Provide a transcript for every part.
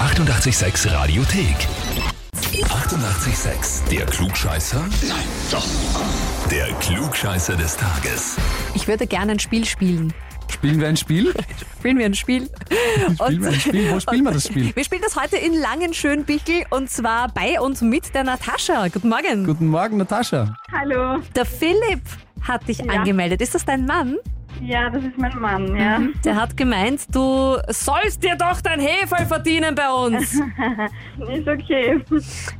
886 Radiothek. 88,6. Der Klugscheißer? Nein, doch. Der Klugscheißer des Tages. Ich würde gerne ein Spiel spielen. Spielen wir ein Spiel? Spielen wir ein Spiel. Spielen wir ein Spiel? Wo spielen wir das Spiel? Wir spielen das heute in Langenschönbichl und zwar bei und mit der Natascha. Guten Morgen. Guten Morgen, Natascha. Hallo. Der Philipp hat dich angemeldet. Ist das dein Mann? Ja, das ist mein Mann, ja. Der hat gemeint, du sollst dir doch dein Hefe verdienen bei uns. Ist okay.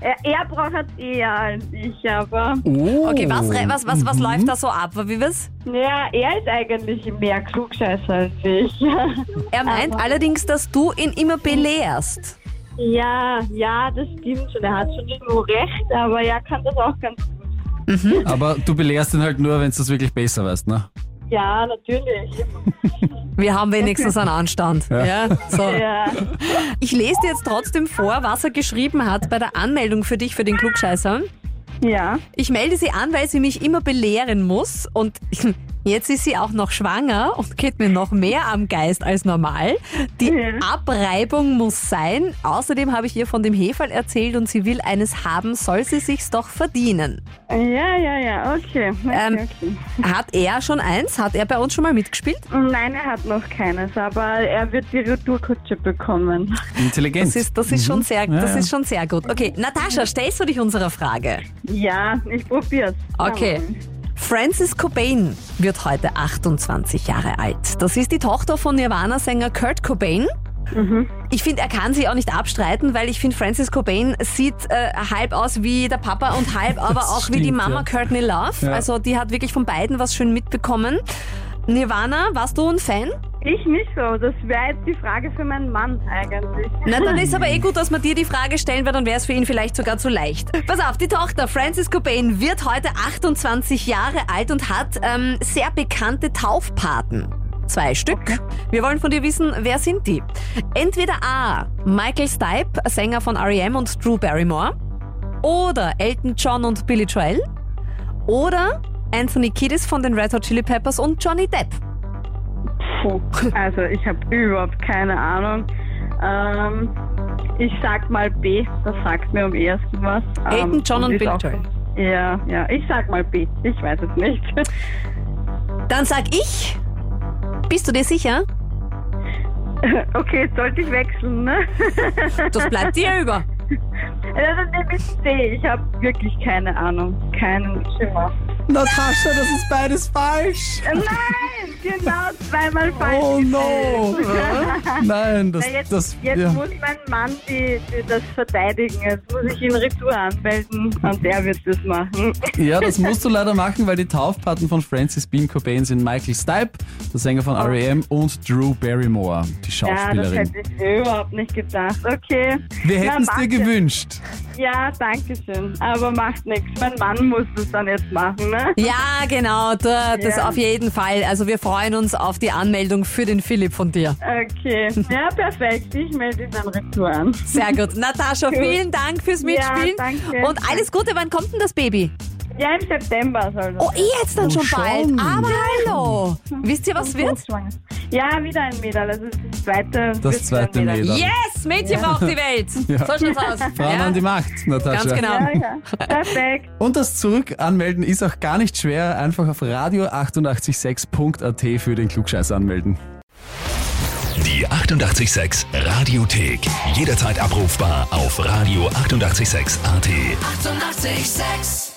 Er, er braucht es eher als ich, aber Oh. Okay, was, re- was, was, Mhm. was läuft da so ab? Wie was? ja, er ist eigentlich mehr Klugscheißer als ich. Er meint allerdings, dass du ihn immer belehrst. Ja, ja, das stimmt schon. Er hat schon irgendwo recht, aber er kann das auch ganz gut. Aber du belehrst ihn halt nur, wenn du es wirklich besser weißt, ne? Ja, natürlich. Wir haben wenigstens einen Anstand. Ja. so. Ja, Ich lese dir jetzt trotzdem vor, was er geschrieben hat bei der Anmeldung für dich für den Klugscheißer. ja. Ich melde sie an, weil sie mich immer belehren muss und jetzt ist sie auch noch schwanger und geht mir noch mehr am Geist als normal. Die Ja. Abreibung muss sein. Außerdem habe ich ihr von dem Heferl erzählt und sie will eines haben, soll sie sich's doch verdienen. Ja, ja, ja, okay. okay, Ähm. okay. Hat er schon eins? Hat er bei uns schon mal mitgespielt? Nein, er hat noch keines, aber er wird die Retourkutsche bekommen. Intelligenz. Das ist, das ist schon sehr, Mhm. Ja, das ja. ist schon sehr gut. Okay, Natascha, stellst du dich unserer Frage? Ja, ich probier's. Okay. Francis Cobain wird heute 28 Jahre alt. Das ist die Tochter von Nirvana-Sänger Kurt Cobain. Mhm. Ich finde, er kann sie auch nicht abstreiten, weil ich finde, Francis Cobain sieht äh, halb aus wie der Papa und halb aber Das auch wie die stimmt, Mama ja. Courtney Love. Ja. Also die hat wirklich von beiden was schön mitbekommen. Nirvana, warst du ein Fan? Ich nicht so. Das wäre jetzt die Frage für meinen Mann eigentlich. Na, dann ist aber eh gut, dass wir dir die Frage stellen, weil dann wäre es für ihn vielleicht sogar zu leicht. Pass auf, die Tochter Frances Cobain wird heute 28 Jahre alt und hat ähm, sehr bekannte Taufpaten. Zwei Stück. Wir wollen von dir wissen, wer sind die? Entweder A. Michael Stipe, Sänger von R.E.M. und Drew Barrymore. Oder Elton John und Billy Joel. Oder Anthony Kiedis von den Red Hot Chili Peppers und Johnny Depp. Puh. Also ich habe überhaupt keine Ahnung. Ähm, ich sag mal B, das sagt mir am ersten was. Ähm, Elton John und ist Billy auch- Joel. Ja, ja, ich sag mal B. Ich weiß es nicht. Dann sag ich, bist du dir sicher? okay, sollte ich wechseln, ne? Das bleibt dir über. Ja, dann nehme ich C. Ich habe wirklich keine Ahnung. Keinen Schimmer. Natascha, das ist beides falsch. Äh, Nein, genau, zweimal falsch. Oh no. Nein, das, Na, jetzt das, jetzt ja. muss mein Mann die, die das verteidigen. Jetzt muss ich ihn Retour anmelden und er wird das machen. ja, das musst du leider machen, weil die Taufpaten von Francis Bean Cobain sind Michael Stipe, der Sänger von R.E.M. und Drew Barrymore, die Oh. Ja, das Schauspielerin. hätte ich mir überhaupt nicht gedacht. Okay. Wir hätten es Na, dir warte. gewünscht. Ja, danke schön. Aber macht nichts. Mein Mann muss das dann jetzt machen, ne? Ja, genau, da, das Ja. auf jeden Fall. Also wir freuen uns auf die Anmeldung für den Philipp von dir. Okay. Ja, perfekt. Ich melde ihn dann Retour an. Sehr gut. Natascha, vielen Dank fürs Mitspielen. danke. Und alles Gute, wann kommt denn das Baby? Ja, im September soll das. Oh, eh jetzt dann Oh, schon schon. bald. Aber hallo. Wisst ihr, was wird? Hochschwanger. Ja, wieder ein Mädel. Das ist das zweite. Das zweite Mädel. Yes, Mädchen braucht die Welt. Ja. So schaut's aus. Frauen an die Macht, Natascha. Ganz genau. Ja, ja. Perfekt. Und das Zurückanmelden ist auch gar nicht schwer. Einfach auf radio886.at für den Klugscheiß anmelden. Die 88,6 Radiothek. Jederzeit abrufbar auf radio886.at. 88,6. Eighty-eight, sex.